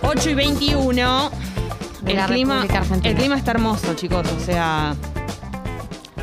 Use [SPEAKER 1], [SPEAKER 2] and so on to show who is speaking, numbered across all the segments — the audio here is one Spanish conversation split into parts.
[SPEAKER 1] 8 y 21.
[SPEAKER 2] De
[SPEAKER 1] El
[SPEAKER 2] la
[SPEAKER 1] clima,
[SPEAKER 2] República Argentina.
[SPEAKER 1] el clima está hermoso, chicos. O sea,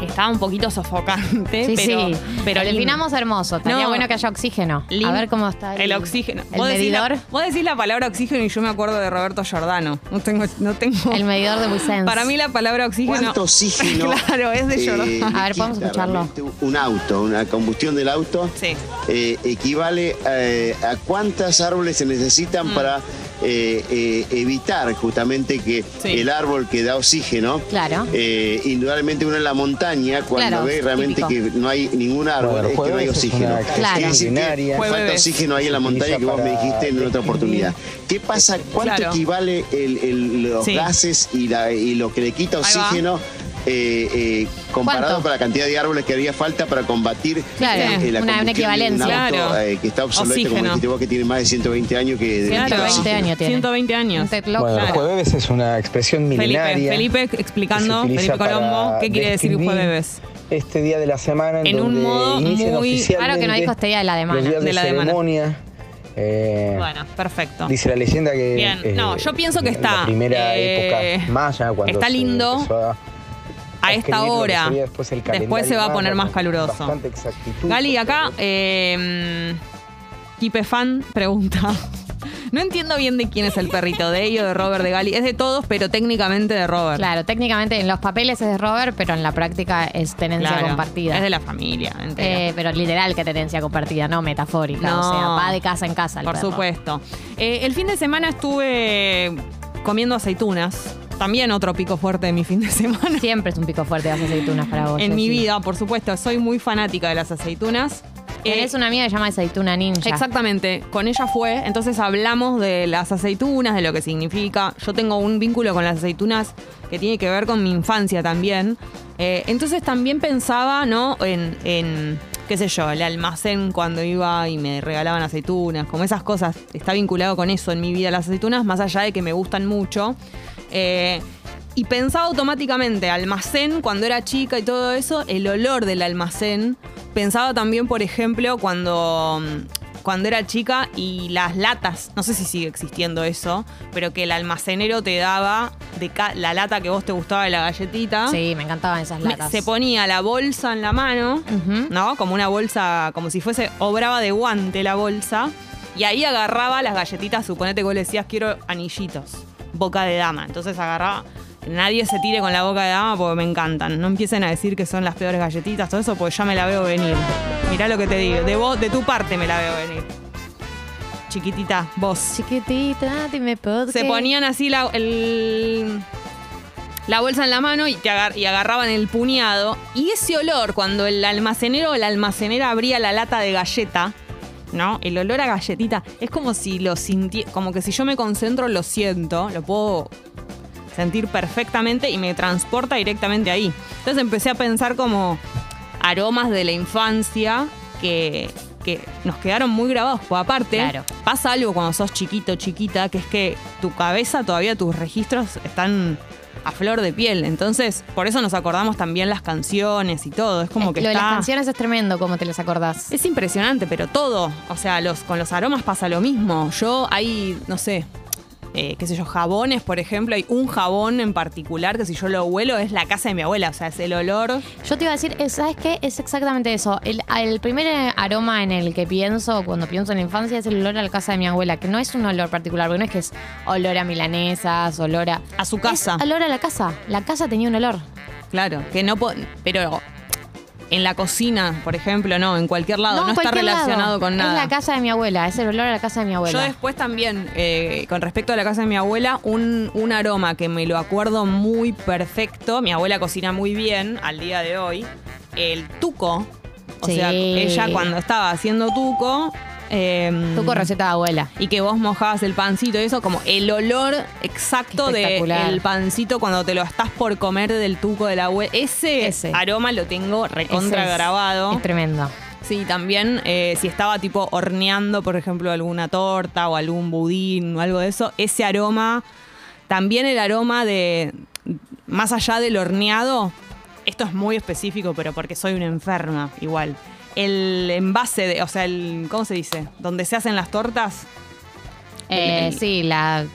[SPEAKER 1] está un poquito sofocante,
[SPEAKER 2] Sí,
[SPEAKER 1] Eh, pero,
[SPEAKER 2] sí.
[SPEAKER 1] pero
[SPEAKER 2] Lo
[SPEAKER 1] lindo.
[SPEAKER 2] definamos hermoso. Estaría
[SPEAKER 1] No.
[SPEAKER 2] bueno que haya oxígeno.
[SPEAKER 1] Lim-
[SPEAKER 2] A ver cómo está el,
[SPEAKER 1] el, oxígeno.
[SPEAKER 2] El
[SPEAKER 1] decís la-
[SPEAKER 2] medidor.
[SPEAKER 1] vos decís la palabra oxígeno y yo me acuerdo de Roberto Giordano. No tengo, no tengo.
[SPEAKER 2] El medidor de Busense.
[SPEAKER 1] Para mí la palabra oxígeno.
[SPEAKER 3] ¿Cuánto oxígeno?
[SPEAKER 1] claro, es de
[SPEAKER 3] eh,
[SPEAKER 1] Giordano.
[SPEAKER 2] A ver,
[SPEAKER 3] quita
[SPEAKER 2] podemos escucharlo.
[SPEAKER 3] realmente Un auto, una combustión del auto,
[SPEAKER 1] Sí.
[SPEAKER 3] eh, equivale eh, a cuántas árboles se necesitan para eh, eh, evitar justamente que
[SPEAKER 1] Sí.
[SPEAKER 3] el árbol que da oxígeno.
[SPEAKER 2] Claro.
[SPEAKER 3] eh, indudablemente uno en la montaña cuando
[SPEAKER 2] Claro,
[SPEAKER 3] ve realmente
[SPEAKER 2] típico.
[SPEAKER 3] que no hay ningún árbol,
[SPEAKER 4] Bueno,
[SPEAKER 3] es que no hay
[SPEAKER 4] jueves es
[SPEAKER 3] oxígeno.
[SPEAKER 4] una
[SPEAKER 2] Claro.
[SPEAKER 3] Quiere decir que
[SPEAKER 4] extraordinaria.
[SPEAKER 3] falta
[SPEAKER 1] Jueves.
[SPEAKER 3] oxígeno ahí en la montaña que vos me dijiste en
[SPEAKER 4] este
[SPEAKER 3] otra oportunidad. ¿Qué pasa? ¿Cuánto
[SPEAKER 1] Claro.
[SPEAKER 3] equivale el- el- los
[SPEAKER 1] Sí.
[SPEAKER 3] gases y, la- y lo que le quita
[SPEAKER 1] va.
[SPEAKER 3] oxígeno eh, eh, comparado
[SPEAKER 2] ¿Cuánto?
[SPEAKER 3] con la cantad de árboles que haría falta para combatir
[SPEAKER 2] Claro,
[SPEAKER 3] eh, la
[SPEAKER 2] una- una
[SPEAKER 3] combustión de un
[SPEAKER 2] equivalencia.
[SPEAKER 3] auto,
[SPEAKER 1] Claro.
[SPEAKER 3] eh, que está obsoleto, como
[SPEAKER 1] Oxígeno.
[SPEAKER 3] dijiste vos, que tiene más de 120 años que de
[SPEAKER 1] Claro.
[SPEAKER 2] 120 años tiene.
[SPEAKER 1] 120
[SPEAKER 2] Un
[SPEAKER 1] años.
[SPEAKER 2] tetlock.
[SPEAKER 4] Bueno,
[SPEAKER 1] Claro.
[SPEAKER 4] jueves es una expresión
[SPEAKER 1] Felipe,
[SPEAKER 4] milenaria.
[SPEAKER 1] Felipe explicando,
[SPEAKER 4] que se utiliza
[SPEAKER 1] Felipe Colombo,
[SPEAKER 4] para
[SPEAKER 1] ¿qué quiere decir
[SPEAKER 4] describir
[SPEAKER 1] jueves?
[SPEAKER 4] Este día de la semana en,
[SPEAKER 1] En un
[SPEAKER 4] donde
[SPEAKER 1] modo
[SPEAKER 4] inician
[SPEAKER 1] muy-
[SPEAKER 4] oficialmente
[SPEAKER 2] Claro que no dijo este día de la
[SPEAKER 4] los
[SPEAKER 2] demanda.
[SPEAKER 4] días
[SPEAKER 1] de
[SPEAKER 4] de,
[SPEAKER 1] la demanda.
[SPEAKER 4] ceremonia. Eh,
[SPEAKER 1] Bueno, perfecto.
[SPEAKER 4] Dice la leyenda que.
[SPEAKER 1] Bien, no, yo pienso que
[SPEAKER 4] en
[SPEAKER 1] está,
[SPEAKER 4] La primera
[SPEAKER 1] eh,
[SPEAKER 4] época maya, cuando.
[SPEAKER 1] está
[SPEAKER 4] se
[SPEAKER 1] lindo
[SPEAKER 4] empezó a,
[SPEAKER 1] a
[SPEAKER 4] escribir
[SPEAKER 1] esta
[SPEAKER 4] lo que
[SPEAKER 1] hora.
[SPEAKER 4] sería Después, el
[SPEAKER 1] Después
[SPEAKER 4] calendario
[SPEAKER 1] se va a
[SPEAKER 4] maya
[SPEAKER 1] poner más
[SPEAKER 4] con
[SPEAKER 1] caluroso.
[SPEAKER 4] Bastante exactitud.
[SPEAKER 1] Gali, acá,
[SPEAKER 4] porque-
[SPEAKER 1] eh, Kipe Fan pregunta. No entiendo bien de quién es el perrito, de ellos, de Robert, de Gali. Es de todos, pero técnicamente de Robert.
[SPEAKER 2] Claro, técnicamente en los papeles es de Robert, pero en la práctica es tenencia
[SPEAKER 1] Claro.
[SPEAKER 2] compartida.
[SPEAKER 1] Es de la familia entera.
[SPEAKER 2] Eh, pero literal que tenencia compartida, no metafórica.
[SPEAKER 1] No.
[SPEAKER 2] O sea, va de casa en casa. el
[SPEAKER 1] Por
[SPEAKER 2] perro.
[SPEAKER 1] supuesto. Eh, el fin de semana estuve comiendo aceitunas. También otro pico fuerte de mi fin de semana.
[SPEAKER 2] Siempre es un pico fuerte de las aceitunas para vos.
[SPEAKER 1] en mi
[SPEAKER 2] Jessy.
[SPEAKER 1] vida, por supuesto. Soy muy fanática de las aceitunas. Eh,
[SPEAKER 2] Tenés una amiga que se llama aceituna ninja.
[SPEAKER 1] Exactamente, con ella fue, entonces hablamos de las aceitunas, de lo que significa. Yo tengo un vínculo con las aceitunas que tiene que ver con mi infancia también. Eh, entonces también pensaba, ¿no? En, en, qué sé yo, el almacén cuando iba y me regalaban aceitunas, como esas cosas. Está vinculado con eso en mi vida las aceitunas, más allá de que me gustan mucho. Eh, y pensaba automáticamente, almacén, cuando era chica y todo eso, el olor del almacén. Pensaba también, por ejemplo, cuando, mm, cuando era chica y las latas, no sé si sigue existiendo eso, pero que el almacenero te daba de ca- la lata que vos te gustaba de la galletita.
[SPEAKER 2] Sí, me encantaban esas
[SPEAKER 1] Me-
[SPEAKER 2] latas.
[SPEAKER 1] Se ponía la bolsa en la mano,
[SPEAKER 2] Ujú.
[SPEAKER 1] ¿no? Como una bolsa, como si fuese, obraba de guante la bolsa. Y ahí agarraba las galletitas, suponete que vos le decías, quiero anillitos, boca de dama. Entonces agarraba, nadie se tire con la boca de dama porque me encantan. No empiecen a decir que son las peores galletitas, todo eso, porque ya me la veo venir. Mirá lo que te digo, de vos, de tu parte me la veo venir. Chiquitita, vos.
[SPEAKER 2] Chiquitita, dime por
[SPEAKER 1] Se
[SPEAKER 2] qué.
[SPEAKER 1] ponían así la, el- la bolsa en la mano y, te agar- y agarraban el puñado. Y ese olor, cuando el almacenero o la almacenera abría la lata de galleta, ¿no? El olor a galletita, es como si lo sinti como que si yo me concentro, lo siento, lo puedo sentir perfectamente y me transporta directamente ahí. Entonces empecé a pensar como aromas de la infancia que, que nos quedaron muy grabados. Pues aparte,
[SPEAKER 2] Claro.
[SPEAKER 1] pasa algo cuando sos chiquito, chiquita, que es que tu cabeza todavía, tus registros están a flor de piel. Entonces, por eso nos acordamos también las canciones y todo. Es como que
[SPEAKER 2] Eh, Lo de
[SPEAKER 1] está-
[SPEAKER 2] las canciones es tremendo, como te las acordás.
[SPEAKER 1] es impresionante, pero todo. O sea, los, con los aromas pasa lo mismo. Yo hay, no sé, eh, qué sé yo, jabones, por ejemplo. Hay un jabón en particular que si yo lo huelo es la casa de mi abuela. O sea, es el olor.
[SPEAKER 2] Yo te iba a decir, eh, ¿sabes qué? Es exactamente eso. El, el primer eh, aroma en el que pienso cuando pienso en la infancia es el olor a la casa de mi abuela, que no es un olor particular, porque no es que es olor a milanesas, olor a...
[SPEAKER 1] A su casa.
[SPEAKER 2] Es olor a la casa. La casa tenía un olor.
[SPEAKER 1] Claro, que no po- Pero en la cocina, por ejemplo, no, en cualquier lado. Ah, No,
[SPEAKER 2] en
[SPEAKER 1] está
[SPEAKER 2] cualquier lado.
[SPEAKER 1] relacionado con nada.
[SPEAKER 2] Es la casa de mi abuela, es el olor a la casa de mi
[SPEAKER 1] Yo
[SPEAKER 2] abuela.
[SPEAKER 1] después también, eh, con respecto a la casa de mi abuela, un, un aroma que me lo acuerdo muy perfecto. Mi abuela cocina muy bien al día de hoy. El tuco. O
[SPEAKER 2] Sí.
[SPEAKER 1] sea, ella cuando estaba haciendo tuco. eh,
[SPEAKER 2] Tuco receta de abuela.
[SPEAKER 1] y que vos mojabas el pancito y eso, como el olor exacto del
[SPEAKER 2] Espectacular.
[SPEAKER 1] pancito cuando te lo estás por comer del tuco de la abuela. Ese,
[SPEAKER 2] Ese.
[SPEAKER 1] aroma lo tengo recontra
[SPEAKER 2] Ese es-
[SPEAKER 1] grabado.
[SPEAKER 2] Es tremendo.
[SPEAKER 1] Sí, también eh, si estaba tipo horneando, por ejemplo, alguna torta o algún budín o algo de eso, ese aroma, también el aroma de, más allá del horneado, esto es muy específico, pero porque soy una enferma igual. El envase, de, o sea, el, ¿cómo se dice? Donde se hacen las tortas.
[SPEAKER 2] Eh,
[SPEAKER 1] El-
[SPEAKER 2] sí, la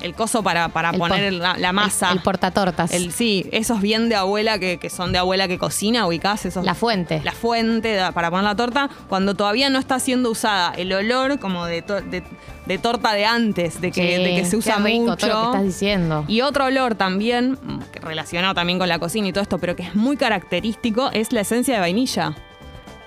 [SPEAKER 1] el coso para, para
[SPEAKER 2] El
[SPEAKER 1] poner
[SPEAKER 2] pon-
[SPEAKER 1] la, la masa.
[SPEAKER 2] El, el portatortas.
[SPEAKER 1] El- sí, esos bien de abuela que, que son de abuela que cocina, ubicás esos.
[SPEAKER 2] la fuente.
[SPEAKER 1] la fuente da- para poner la torta, cuando todavía no está siendo usada, el olor como de, to- de, de torta de antes, de que,
[SPEAKER 2] Sí,
[SPEAKER 1] de que se usa
[SPEAKER 2] qué rico
[SPEAKER 1] mucho.
[SPEAKER 2] todo lo que estás diciendo.
[SPEAKER 1] Y otro olor también, mm, que relacionado también con la cocina y todo esto, pero que es muy característico, es la esencia de vainilla.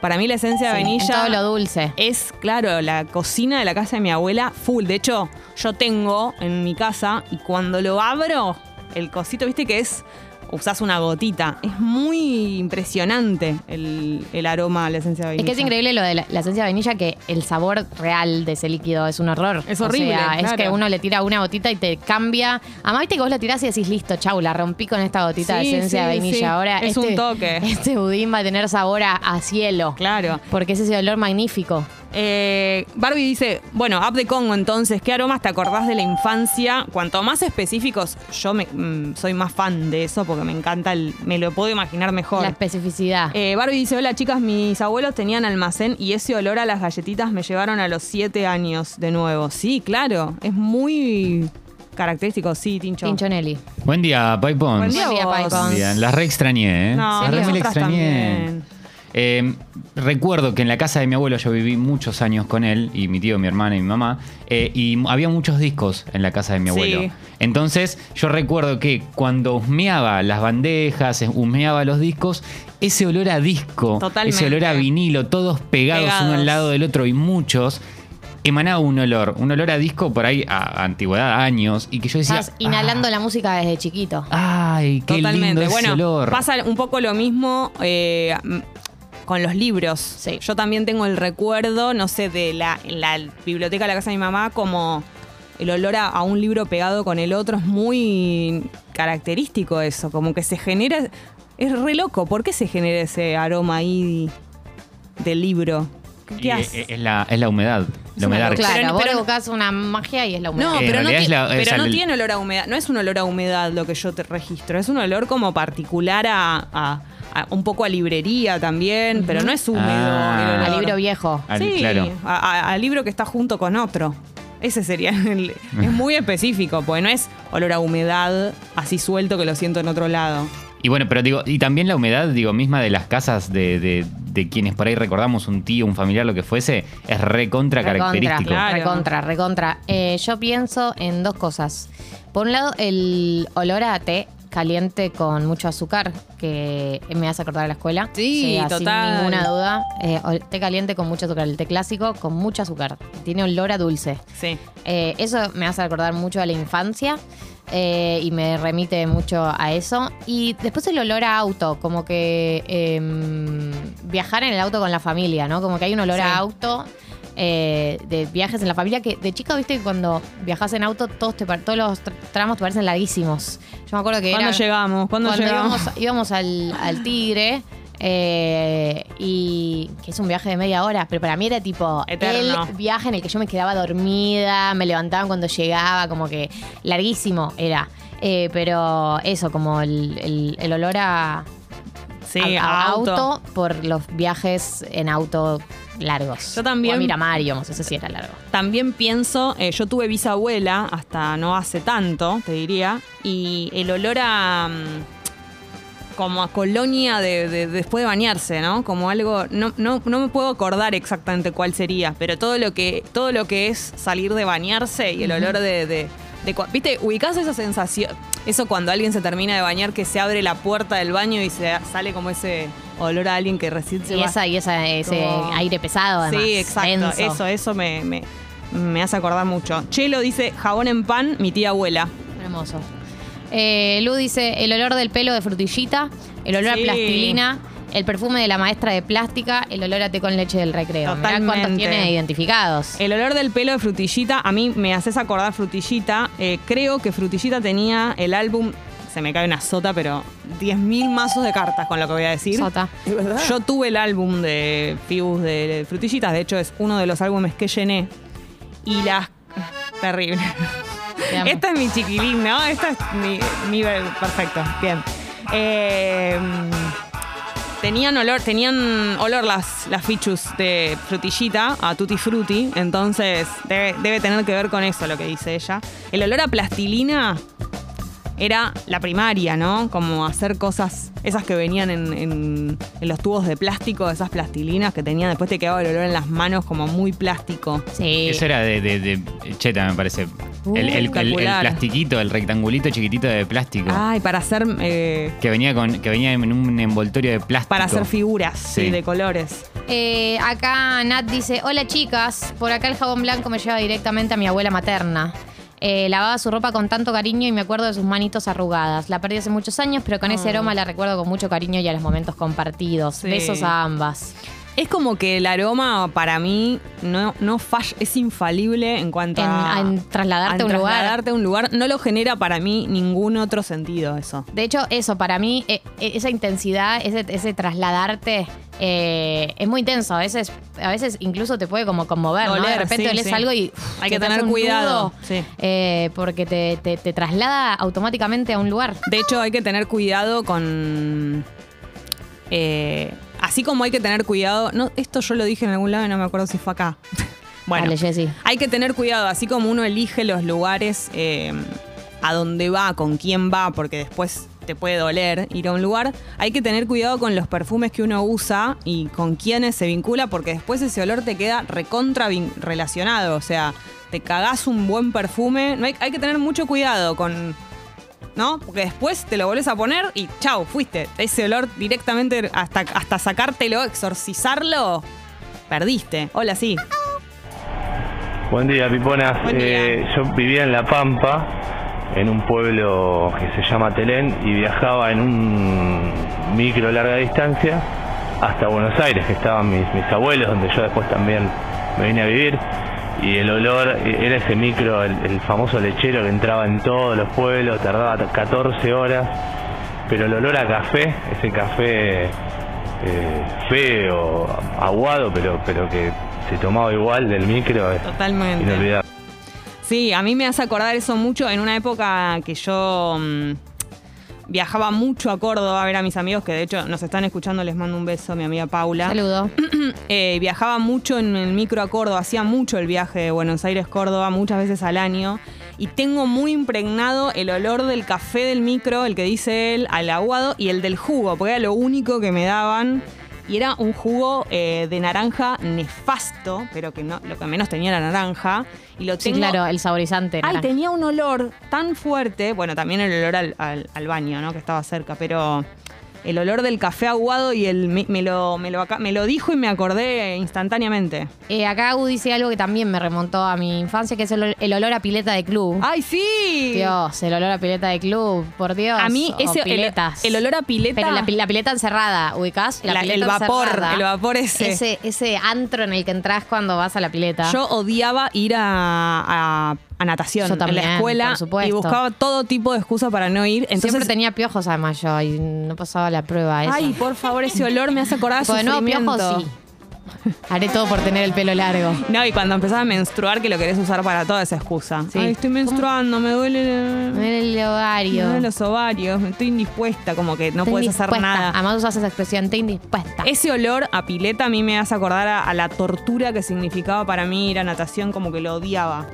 [SPEAKER 1] Para mí la esencia de
[SPEAKER 2] Sí, en
[SPEAKER 1] vainilla
[SPEAKER 2] todo lo dulce.
[SPEAKER 1] es, claro, la cocina de la casa de mi abuela full. De hecho, yo tengo en mi casa y cuando lo abro, el cosito, viste que es, usás una gotita. Es muy impresionante el, el aroma, la esencia de
[SPEAKER 2] Es
[SPEAKER 1] vainilla.
[SPEAKER 2] que es increíble lo de la, la esencia de vainilla, que el sabor real de ese líquido es un horror.
[SPEAKER 1] Es
[SPEAKER 2] O
[SPEAKER 1] horrible,
[SPEAKER 2] sea, es
[SPEAKER 1] claro.
[SPEAKER 2] que uno le tira una gotita y te cambia. Además, viste que vos la tirás y decís, listo, chau, la rompí con esta gotita
[SPEAKER 1] Sí,
[SPEAKER 2] de esencia
[SPEAKER 1] sí,
[SPEAKER 2] de vainilla.
[SPEAKER 1] sí.
[SPEAKER 2] Ahora
[SPEAKER 1] Es
[SPEAKER 2] este-
[SPEAKER 1] un toque.
[SPEAKER 2] Este budín va a tener sabor a, a cielo.
[SPEAKER 1] Claro.
[SPEAKER 2] Porque es ese olor magnífico.
[SPEAKER 1] Eh, Barbie dice, bueno, app de Congo entonces, ¿qué aromas te acordás de la infancia? Cuanto más específicos, yo me- mm, soy más fan de eso porque me encanta, el, me lo puedo imaginar mejor.
[SPEAKER 2] La especificidad.
[SPEAKER 1] Eh, Barbie dice, hola chicas, mis abuelos tenían almacén y ese olor a las galletitas me llevaron a los siete años de nuevo. Sí, claro, es muy característico, sí, Tincho.
[SPEAKER 2] Tinchonelli.
[SPEAKER 5] Buen día, Pai Pons.
[SPEAKER 1] Buen día,
[SPEAKER 2] Buen día,
[SPEAKER 1] vos.
[SPEAKER 2] Pai Pons.
[SPEAKER 5] Buen día. Las re extrañé, ¿eh?
[SPEAKER 1] No,
[SPEAKER 5] Las re
[SPEAKER 1] sí,
[SPEAKER 5] mil
[SPEAKER 1] nosotras
[SPEAKER 5] extrañé.
[SPEAKER 1] también.
[SPEAKER 5] Eh, recuerdo que en la casa de mi abuelo yo viví muchos años con él, y mi tío, mi hermana y mi mamá, eh, y había muchos discos en la casa de mi
[SPEAKER 1] Sí.
[SPEAKER 5] abuelo. Entonces yo recuerdo que cuando husmeaba las bandejas, eh, husmeaba los discos, ese olor a disco,
[SPEAKER 1] Totalmente.
[SPEAKER 5] ese olor a vinilo, todos pegados,
[SPEAKER 1] Pegados.
[SPEAKER 5] uno al lado del otro y muchos, emanaba un olor, un olor a disco por ahí a, a antigüedad, a años, y que yo decía...
[SPEAKER 2] Estás inhalando
[SPEAKER 5] "Ah,
[SPEAKER 2] la música desde chiquito.
[SPEAKER 5] Ay, qué lindo
[SPEAKER 1] Totalmente.
[SPEAKER 5] ese
[SPEAKER 1] Bueno,
[SPEAKER 5] olor.
[SPEAKER 1] pasa un poco lo mismo eh, m- con los libros.
[SPEAKER 2] Sí.
[SPEAKER 1] Yo también tengo el recuerdo, no sé, de la, en la biblioteca de la casa de mi mamá, como el olor a, a un libro pegado con el otro es muy característico eso, como que se genera, es re loco. ¿Por qué se genera ese aroma ahí del libro? ¿Qué,
[SPEAKER 5] Y eh,
[SPEAKER 1] qué
[SPEAKER 5] es,
[SPEAKER 1] hace?
[SPEAKER 5] es la, es la humedad, la humedad.
[SPEAKER 1] Pero-
[SPEAKER 2] Claro, vos
[SPEAKER 1] pero-
[SPEAKER 2] le buscás una magia y es la humedad.
[SPEAKER 1] No,
[SPEAKER 5] En
[SPEAKER 1] pero, no,
[SPEAKER 5] realidad
[SPEAKER 1] ti-
[SPEAKER 5] es la-
[SPEAKER 1] pero
[SPEAKER 5] esa-
[SPEAKER 1] no tiene olor a humedad. No es un olor a humedad lo que yo te registro. Es un olor como particular a, a- a- un poco a librería también, pero no es húmedo.
[SPEAKER 5] Ah.
[SPEAKER 1] el olor.
[SPEAKER 2] Al libro viejo.
[SPEAKER 5] Al-
[SPEAKER 1] sí,
[SPEAKER 5] claro.
[SPEAKER 1] a- a- al libro que está junto con otro. Ese sería el- Es muy específico, porque no es olor a humedad así suelto que lo siento en otro lado.
[SPEAKER 5] Y bueno, pero digo, y también la humedad, digo, misma de las casas de, de- de quienes por ahí recordamos un tío, un familiar, lo que fuese, es recontra característico.
[SPEAKER 1] claro.
[SPEAKER 2] Recontra, recontra. Eh, yo pienso en dos cosas. Por un lado, el olor a té caliente con mucho azúcar, que me hace acordar a la escuela.
[SPEAKER 1] Sí, total.
[SPEAKER 2] Sin ninguna duda. Eh, o- té caliente con mucho azúcar, el té clásico con mucho azúcar. Tiene olor a dulce.
[SPEAKER 1] Sí.
[SPEAKER 2] Eh, eso me hace recordar mucho a la infancia eh, y me remite mucho a eso. Y después el olor a auto, como que em, viajar en el auto con la familia, ¿no? Como que hay un olor
[SPEAKER 1] Sí.
[SPEAKER 2] a auto. eh, de viajes en la familia que de chica viste que cuando viajas en auto todos te par- todos los tr- tramos te parecen larguísimos yo me acuerdo que
[SPEAKER 1] ¿Cuándo
[SPEAKER 2] era
[SPEAKER 1] llegamos? ¿Cuándo,
[SPEAKER 2] cuando
[SPEAKER 1] llegamos?
[SPEAKER 2] íbamos, íbamos al, al Tigre, eh, y que es un viaje de media hora, pero para mí era tipo
[SPEAKER 1] Eterno.
[SPEAKER 2] el viaje en el que yo me quedaba dormida, me levantaban cuando llegaba, como que larguísimo era. Eh, pero eso, como el, el- el olor a,
[SPEAKER 1] Sí,
[SPEAKER 2] a- a auto por los viajes en auto largos.
[SPEAKER 1] Yo también-
[SPEAKER 2] O a Miramar íbamos, eso sí era largo.
[SPEAKER 1] También pienso, eh, yo tuve bisabuela hasta no hace tanto, te diría, y el olor a mm, como a colonia de, de- después de bañarse, ¿no? Como algo, no, no, no me puedo acordar exactamente cuál sería, pero todo lo que, todo lo que es salir de bañarse y el olor de, de- de cua- viste, ubicás esa sensación, eso cuando alguien se termina de bañar que se abre la puerta del baño y se sale como ese olor a alguien que recién se
[SPEAKER 2] y
[SPEAKER 1] va-
[SPEAKER 2] esa, y esa, ese
[SPEAKER 1] Como-
[SPEAKER 2] aire pesado, además.
[SPEAKER 1] Sí, exacto.
[SPEAKER 2] denso.
[SPEAKER 1] Eso, eso me, me, me hace acordar mucho. Chelo dice, jabón en pan, mi tía abuela.
[SPEAKER 2] Hermoso. Eh, Lu dice, el olor del pelo de frutillita, el olor
[SPEAKER 1] Sí.
[SPEAKER 2] a plastilina, el perfume de la maestra de plástica, el olor a té con leche del recreo. Mirá cuántos
[SPEAKER 1] Totalmente. Eh,
[SPEAKER 2] tiene identificados.
[SPEAKER 1] El olor del pelo de Frutillita, a mí me haces acordar Frutillita. Eh, creo que Frutillita tenía el álbum, se me cae una sota, pero 10.000 mazos de cartas con lo que voy a decir.
[SPEAKER 2] Sota.
[SPEAKER 1] Yo tuve el álbum de Fibus de Frutillitas, de hecho es uno de los álbumes que llené. Y las... Terrible.
[SPEAKER 2] Te amo.
[SPEAKER 1] Esta es mi chiquilín, ¿no? Esta es mi... mi- perfecto, bien. Eh, Em, Tenían olor, tenían olor las, las fichus de frutillita a tutti frutti, entonces debe, debe tener que ver con eso lo que dice ella. El olor a plastilina era la primaria, ¿no? Como hacer cosas, esas que venían en, en- en los tubos de plástico, esas plastilinas que tenían, después te quedaba el olor en las manos como muy plástico.
[SPEAKER 2] Sí.
[SPEAKER 5] Eso era de, de- de cheta, me parece.
[SPEAKER 1] Uh,
[SPEAKER 5] el, el- el- el
[SPEAKER 1] espectacular. Ah.
[SPEAKER 5] plastiquito, el rectangulito chiquitito de plástico.
[SPEAKER 1] Ay, para hacer, eh,
[SPEAKER 5] Que venía con, que venía en un envoltorio de plástico.
[SPEAKER 1] para hacer figuras
[SPEAKER 5] Sí.
[SPEAKER 1] sí, de colores.
[SPEAKER 2] Eh, acá Nat dice, hola chicas, por acá el jabón blanco me lleva directamente a mi abuela materna. Eh, lavaba su ropa con tanto cariño y me acuerdo de sus manitos arrugadas. La perdí hace muchos años, pero con ese aroma la recuerdo con mucho cariño y a los momentos compartidos.
[SPEAKER 1] Sí.
[SPEAKER 2] Besos a ambas.
[SPEAKER 1] Es como que el aroma para mí no, no falla, es infalible en cuanto
[SPEAKER 2] En-
[SPEAKER 1] a,
[SPEAKER 2] en trasladarte a un lugar.
[SPEAKER 1] Ah. trasladarte a un lugar. No lo genera para mí ningún otro sentido eso.
[SPEAKER 2] De hecho, eso, para mí, eh, eh, esa intensidad, ese, ese trasladarte, eh, es muy intenso. A veces, a veces incluso te puede como conmover, ¿no? De
[SPEAKER 1] Doler,
[SPEAKER 2] repente
[SPEAKER 1] sí,
[SPEAKER 2] lees
[SPEAKER 1] sí.
[SPEAKER 2] algo y
[SPEAKER 1] Hay
[SPEAKER 2] te
[SPEAKER 1] que
[SPEAKER 2] hace
[SPEAKER 1] tener
[SPEAKER 2] un
[SPEAKER 1] cuidado,
[SPEAKER 2] nudo,
[SPEAKER 1] sí.
[SPEAKER 2] eh, porque te, te- te traslada automáticamente a un lugar.
[SPEAKER 1] De hecho, hay que tener cuidado con. eh, así como hay que tener cuidado. No, esto yo lo dije en algún lado y no me acuerdo si fue acá. Bueno,
[SPEAKER 2] Dale, Jessy.
[SPEAKER 1] hay que tener cuidado, así como uno elige los lugares eh, a dónde va, con quién va, porque después te puede doler ir a un lugar, hay que tener cuidado con los perfumes que uno usa y con quiénes se vincula, porque después ese olor te queda recontra vin- relacionado, o sea, te cagás un buen perfume, No hay, hay que tener mucho cuidado con... ¿No? Porque después te lo volvés a poner y chau, fuiste. Ese olor directamente hasta, hasta sacártelo, exorcizarlo, perdiste. Hola, sí.
[SPEAKER 6] Buen día, Piponas.
[SPEAKER 1] Buen día.
[SPEAKER 6] Eh, yo vivía en La Pampa, en un pueblo que se llama Telén, y viajaba en un micro larga distancia hasta Buenos Aires, que estaban mis, mis abuelos, donde yo después también me vine a vivir. Y el olor eh, era ese micro, el, el famoso lechero que entraba en todos los pueblos, tardaba 14 horas, pero el olor a café, ese café eh, feo, aguado, pero, pero que se tomaba igual del micro, es
[SPEAKER 1] Totalmente.
[SPEAKER 6] inolvidable.
[SPEAKER 1] Sí, a mí me hace acordar eso mucho en una época que yo mm, viajaba mucho a Córdoba a ver a mis amigos, que de hecho nos están escuchando, les mando un beso, mi amiga Paula.
[SPEAKER 2] Saludo.
[SPEAKER 1] Eh, viajaba mucho en el micro a Córdoba, hacía mucho el viaje de Buenos Aires-Córdoba, muchas veces al año. Y tengo muy impregnado el olor del café del micro, el que dice él, al aguado, y el del jugo, porque era lo único que me daban. Y era un jugo eh, de naranja nefasto, pero que no, lo que menos tenía era naranja. Y lo
[SPEAKER 2] Sí,
[SPEAKER 1] tengo
[SPEAKER 2] claro, el saborizante.
[SPEAKER 1] Ay,
[SPEAKER 2] naranja.
[SPEAKER 1] tenía un olor tan fuerte. Bueno, también el olor al, al- al baño, ¿no? Que estaba cerca, pero el olor del café aguado y el me, me lo, me, lo, acá- me lo dijo y me acordé instantáneamente.
[SPEAKER 2] Eh, acá Agu dice algo que también me remontó a mi infancia, que es el, ol- el olor a pileta de club.
[SPEAKER 1] ¡Ay, sí!
[SPEAKER 2] Dios, el olor a pileta de club, por Dios.
[SPEAKER 1] A mí
[SPEAKER 2] O
[SPEAKER 1] ese el-
[SPEAKER 2] piletas.
[SPEAKER 1] El, olor a pileta.
[SPEAKER 2] Pero la, pi- la pileta encerrada, ubicás. La
[SPEAKER 1] La-
[SPEAKER 2] pileta
[SPEAKER 1] el vapor,
[SPEAKER 2] encerrada.
[SPEAKER 1] el vapor ese.
[SPEAKER 2] ese. ese antro en el que entras cuando vas a la pileta.
[SPEAKER 1] Yo odiaba ir a, a- a natación
[SPEAKER 2] Yo también,
[SPEAKER 1] en la escuela
[SPEAKER 2] por supuesto.
[SPEAKER 1] y buscaba todo tipo de excusa para no ir.
[SPEAKER 2] Siempre
[SPEAKER 1] Entonces,
[SPEAKER 2] tenía piojos además yo y no pasaba la prueba esa.
[SPEAKER 1] ay, por favor, ese olor me hace acordar a
[SPEAKER 2] Tipo, de nuevo
[SPEAKER 1] sufrimiento.
[SPEAKER 2] piojos, sí. Haré todo por tener el pelo largo.
[SPEAKER 1] No, y cuando empezás a menstruar, que lo querés usar para toda esa excusa.
[SPEAKER 2] Sí.
[SPEAKER 1] Ay, estoy menstruando, me duele.
[SPEAKER 2] En el
[SPEAKER 1] me
[SPEAKER 2] ovario.
[SPEAKER 1] duelen los ovarios, me estoy indispuesta, como que no
[SPEAKER 2] Estoy
[SPEAKER 1] puedes hacer
[SPEAKER 2] indispuesta.
[SPEAKER 1] nada.
[SPEAKER 2] Además usas esa expresión, te indispuesta.
[SPEAKER 1] Ese olor a pileta a mí me hace acordar a, a la tortura que significaba para mí ir a natación, como que lo odiaba.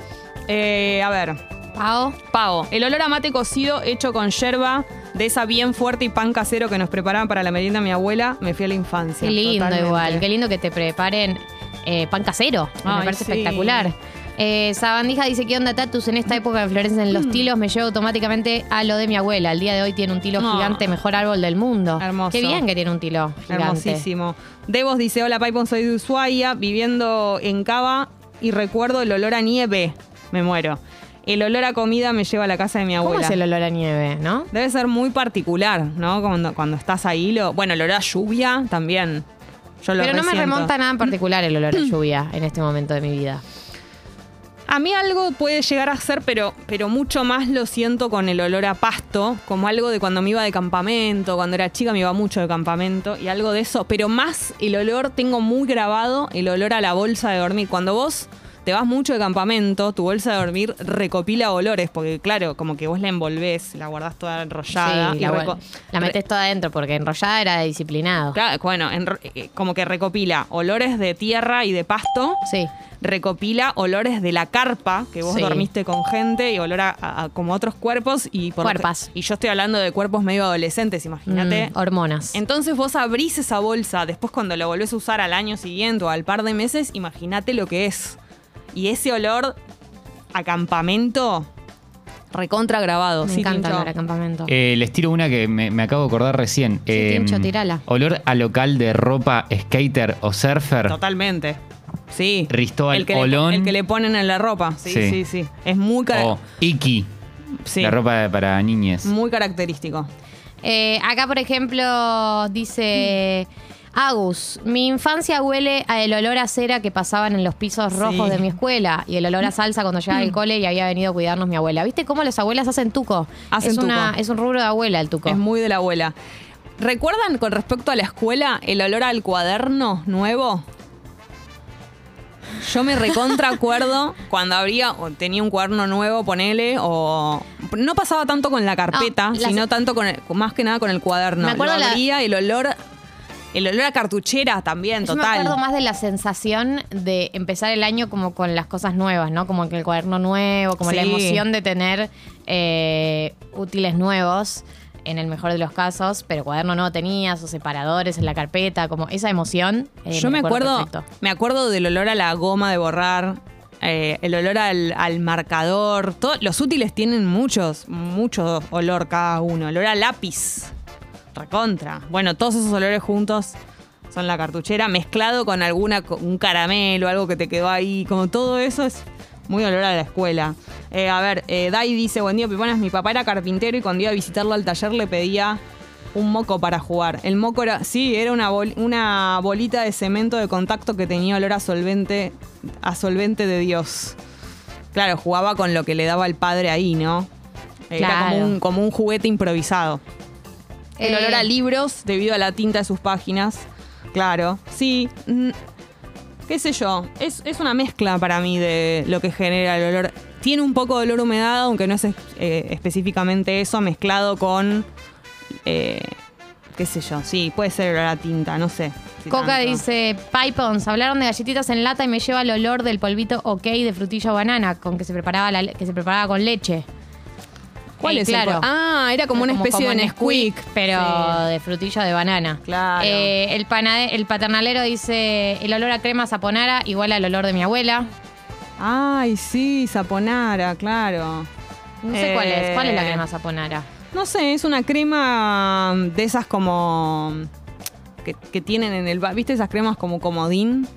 [SPEAKER 1] Eh, a ver,
[SPEAKER 2] Pao.
[SPEAKER 1] Pavo. El olor a mate cocido hecho con yerba, de esa bien fuerte y pan casero que nos preparaban para la merienda mi abuela, me fui a la infancia.
[SPEAKER 2] Qué lindo
[SPEAKER 1] totalmente.
[SPEAKER 2] igual, qué lindo que te preparen eh, pan casero, que me
[SPEAKER 1] Ay,
[SPEAKER 2] parece
[SPEAKER 1] sí.
[SPEAKER 2] espectacular. Eh, Sabandija dice, ¿qué onda Tatus? En esta época de Florencia en los
[SPEAKER 1] Mm.
[SPEAKER 2] tilos me llevo automáticamente a lo de mi abuela. El día de hoy tiene un tilo
[SPEAKER 1] Ah.
[SPEAKER 2] gigante, mejor árbol del mundo.
[SPEAKER 1] Hermoso.
[SPEAKER 2] Qué bien que tiene un tilo gigante.
[SPEAKER 1] Hermosísimo. Devos dice, hola Paipon, soy de Ushuaia, viviendo en Cava y recuerdo el olor a nieve. Me muero. El olor a comida me lleva a la casa de mi
[SPEAKER 2] ¿Cómo
[SPEAKER 1] abuela.
[SPEAKER 2] es el olor a nieve, no?
[SPEAKER 1] Debe ser muy particular, ¿no? Cuando, cuando estás ahí. Lo, bueno, el olor a lluvia también. Yo lo
[SPEAKER 2] Pero no me
[SPEAKER 1] resiento. Mm.
[SPEAKER 2] remonta a nada en particular el olor a lluvia en este momento de mi vida.
[SPEAKER 1] A mí algo puede llegar a ser, pero, pero mucho más lo siento con el olor a pasto, como algo de cuando me iba de campamento, cuando era chica me iba mucho de campamento y algo de eso, pero más el olor, tengo muy grabado el olor a la bolsa de dormir. Cuando vos te vas mucho de campamento, tu bolsa de dormir recopila olores, porque claro, como que vos la envolvés, la guardás toda enrollada.
[SPEAKER 2] Sí, la,
[SPEAKER 1] reco-
[SPEAKER 2] vol- la
[SPEAKER 1] re-
[SPEAKER 2] metes toda adentro porque enrollada era disciplinado.
[SPEAKER 1] Claro, bueno, en- eh, como que recopila olores de tierra y de pasto,
[SPEAKER 2] Sí.
[SPEAKER 1] recopila olores de la carpa, que vos
[SPEAKER 2] Sí.
[SPEAKER 1] dormiste con gente, y olor a, a- a como otros cuerpos. y por
[SPEAKER 2] Cuerpas.
[SPEAKER 1] Y yo estoy hablando de cuerpos medio adolescentes, imagínate.
[SPEAKER 2] Mm, hormonas.
[SPEAKER 1] Entonces vos abrís esa bolsa, después cuando la volvés a usar al año siguiente o al par de meses, imagínate lo que es. Y ese olor a campamento recontra grabado.
[SPEAKER 2] Me
[SPEAKER 1] sí,
[SPEAKER 2] encanta
[SPEAKER 1] Tincho?
[SPEAKER 2] el acampamento.
[SPEAKER 5] Eh, les tiro una que me, me acabo de acordar recién. Eh,
[SPEAKER 2] Tincho, tirala.
[SPEAKER 5] Olor a local de ropa skater o surfer.
[SPEAKER 1] Totalmente. Sí.
[SPEAKER 5] Ristóbal
[SPEAKER 1] el que le po-
[SPEAKER 5] Olón.
[SPEAKER 1] el que le ponen en la ropa. Sí, sí,
[SPEAKER 5] Sí.
[SPEAKER 1] sí. Es muy, cara-
[SPEAKER 5] O Oh, Iki,
[SPEAKER 1] sí,
[SPEAKER 5] la ropa para niñes.
[SPEAKER 1] muy característico.
[SPEAKER 2] Eh, acá, por ejemplo, dice Agus, mi infancia huele a el olor a cera que pasaban en los pisos
[SPEAKER 1] Sí.
[SPEAKER 2] rojos de mi escuela y el olor a salsa cuando llegaba del cole y había venido a cuidarnos mi abuela. ¿Viste cómo las abuelas hacen tuco?
[SPEAKER 1] Hacen
[SPEAKER 2] es, una-
[SPEAKER 1] tuco.
[SPEAKER 2] es un rubro de abuela el tuco.
[SPEAKER 1] Es muy de la abuela. ¿Recuerdan con respecto a la escuela el olor al cuaderno nuevo? Yo me recontra acuerdo cuando habría, o tenía un cuaderno nuevo, ponele, o. No pasaba tanto con la carpeta,
[SPEAKER 2] No, las-
[SPEAKER 1] sino tanto con el- más que nada con el cuaderno.
[SPEAKER 2] Me acuerdo
[SPEAKER 1] Lo
[SPEAKER 2] la-
[SPEAKER 1] abría, el olor. El olor a cartuchera también,
[SPEAKER 2] Yo
[SPEAKER 1] total.
[SPEAKER 2] me acuerdo más de la sensación de empezar el año como con las cosas nuevas, ¿no? Como que el cuaderno nuevo, como la
[SPEAKER 1] Sí.
[SPEAKER 2] emoción de tener eh, útiles nuevos, en el mejor de los casos, pero cuaderno no tenías, o separadores en la carpeta, como esa emoción. eh,
[SPEAKER 1] Yo me
[SPEAKER 2] la
[SPEAKER 1] acuerdo,
[SPEAKER 2] perfecto.
[SPEAKER 1] me acuerdo del olor a la goma de borrar, eh, el olor al, al marcador. todo- los útiles tienen muchos, mucho olor cada uno. Olor a lápiz, recontra. Bueno, todos esos olores juntos son la cartuchera, mezclado con alguna co- un caramelo, algo que te quedó ahí. Como todo eso es muy olor a la escuela. Eh, a ver, eh, Dai dice, buen día, Piponas, mi papá era carpintero y cuando iba a visitarlo al taller le pedía un moco para jugar. El moco era, sí, era una, bol- una bolita de cemento de contacto que tenía olor a solvente, a solvente de Dios. Claro, jugaba con lo que le daba el padre ahí, ¿no? Era
[SPEAKER 2] Claro.
[SPEAKER 1] como, un, como un juguete improvisado. El
[SPEAKER 2] Eh,
[SPEAKER 1] olor a libros debido a la tinta de sus páginas. Claro, sí. mm, qué sé yo, es, es una mezcla para mí de lo que genera el olor. Tiene un poco de olor a humedad, aunque no es eh, específicamente eso, mezclado con, eh, qué sé yo, sí, puede ser olor a tinta, no sé. si
[SPEAKER 2] Coca
[SPEAKER 1] tanto.
[SPEAKER 2] dice, Pipons, hablaron de galletitas en lata y me lleva el olor del polvito ok de frutilla o banana con que se preparaba, la le- que se preparaba con leche.
[SPEAKER 1] ¿Cuál
[SPEAKER 2] Eh,
[SPEAKER 1] es el
[SPEAKER 2] claro.
[SPEAKER 1] co- Ah, era como una especie
[SPEAKER 2] como
[SPEAKER 1] de
[SPEAKER 2] Nesquik,
[SPEAKER 1] Nesquik.
[SPEAKER 2] pero
[SPEAKER 1] Sí.
[SPEAKER 2] de frutilla de banana.
[SPEAKER 1] Claro.
[SPEAKER 2] Eh, el, panade- el paternalero dice: el olor a crema saponara igual al olor de mi abuela.
[SPEAKER 1] Ay, sí, saponara, claro.
[SPEAKER 2] No sé cuál es. ¿Cuál es la
[SPEAKER 1] Eh,
[SPEAKER 2] crema saponara?
[SPEAKER 1] No sé, es una crema de esas como. que, que tienen en el. ba- ¿Viste esas cremas como comodín?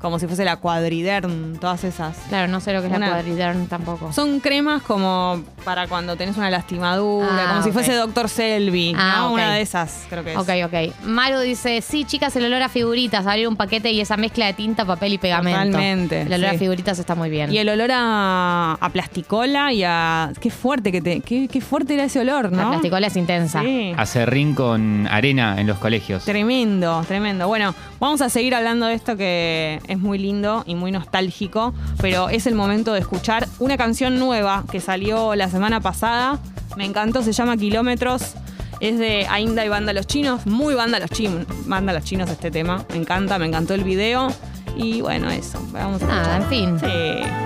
[SPEAKER 1] Como si fuese la cuadriderm, todas esas.
[SPEAKER 2] Claro, no sé lo que es
[SPEAKER 1] Una-
[SPEAKER 2] la cuadriderm tampoco.
[SPEAKER 1] Son cremas como para cuando tenés una lastimadura,
[SPEAKER 2] Ah,
[SPEAKER 1] como si
[SPEAKER 2] ok.
[SPEAKER 1] fuese Dr. Selby,
[SPEAKER 2] Ah,
[SPEAKER 1] ¿no?
[SPEAKER 2] ok.
[SPEAKER 1] Una de esas, creo que es.
[SPEAKER 2] Ok, ok. Maru dice, sí, chicas, el olor a figuritas, abrir un paquete y esa mezcla de tinta, papel y pegamento.
[SPEAKER 1] Totalmente,
[SPEAKER 2] El olor
[SPEAKER 1] sí.
[SPEAKER 2] a figuritas está muy bien.
[SPEAKER 1] Y el olor a, a plasticola y a. Qué fuerte que te. Qué, qué fuerte era ese olor, ¿no?
[SPEAKER 2] La plasticola es intensa.
[SPEAKER 1] Sí.
[SPEAKER 5] Acerrín con arena en los colegios.
[SPEAKER 1] Tremendo, tremendo. Bueno, vamos a seguir hablando de esto que es muy lindo y muy nostálgico, pero es el momento de escuchar una canción nueva que salió la semana pasada. Me encantó, se llama Kilómetros. Es de Ainda y Banda Los Chinos, muy Banda Los Chinos, Banda Los Chinos este tema. Me encanta, me encantó el video. Y bueno, eso, vamos a
[SPEAKER 2] Nada,
[SPEAKER 1] escuchar.
[SPEAKER 2] en fin.
[SPEAKER 1] Sí.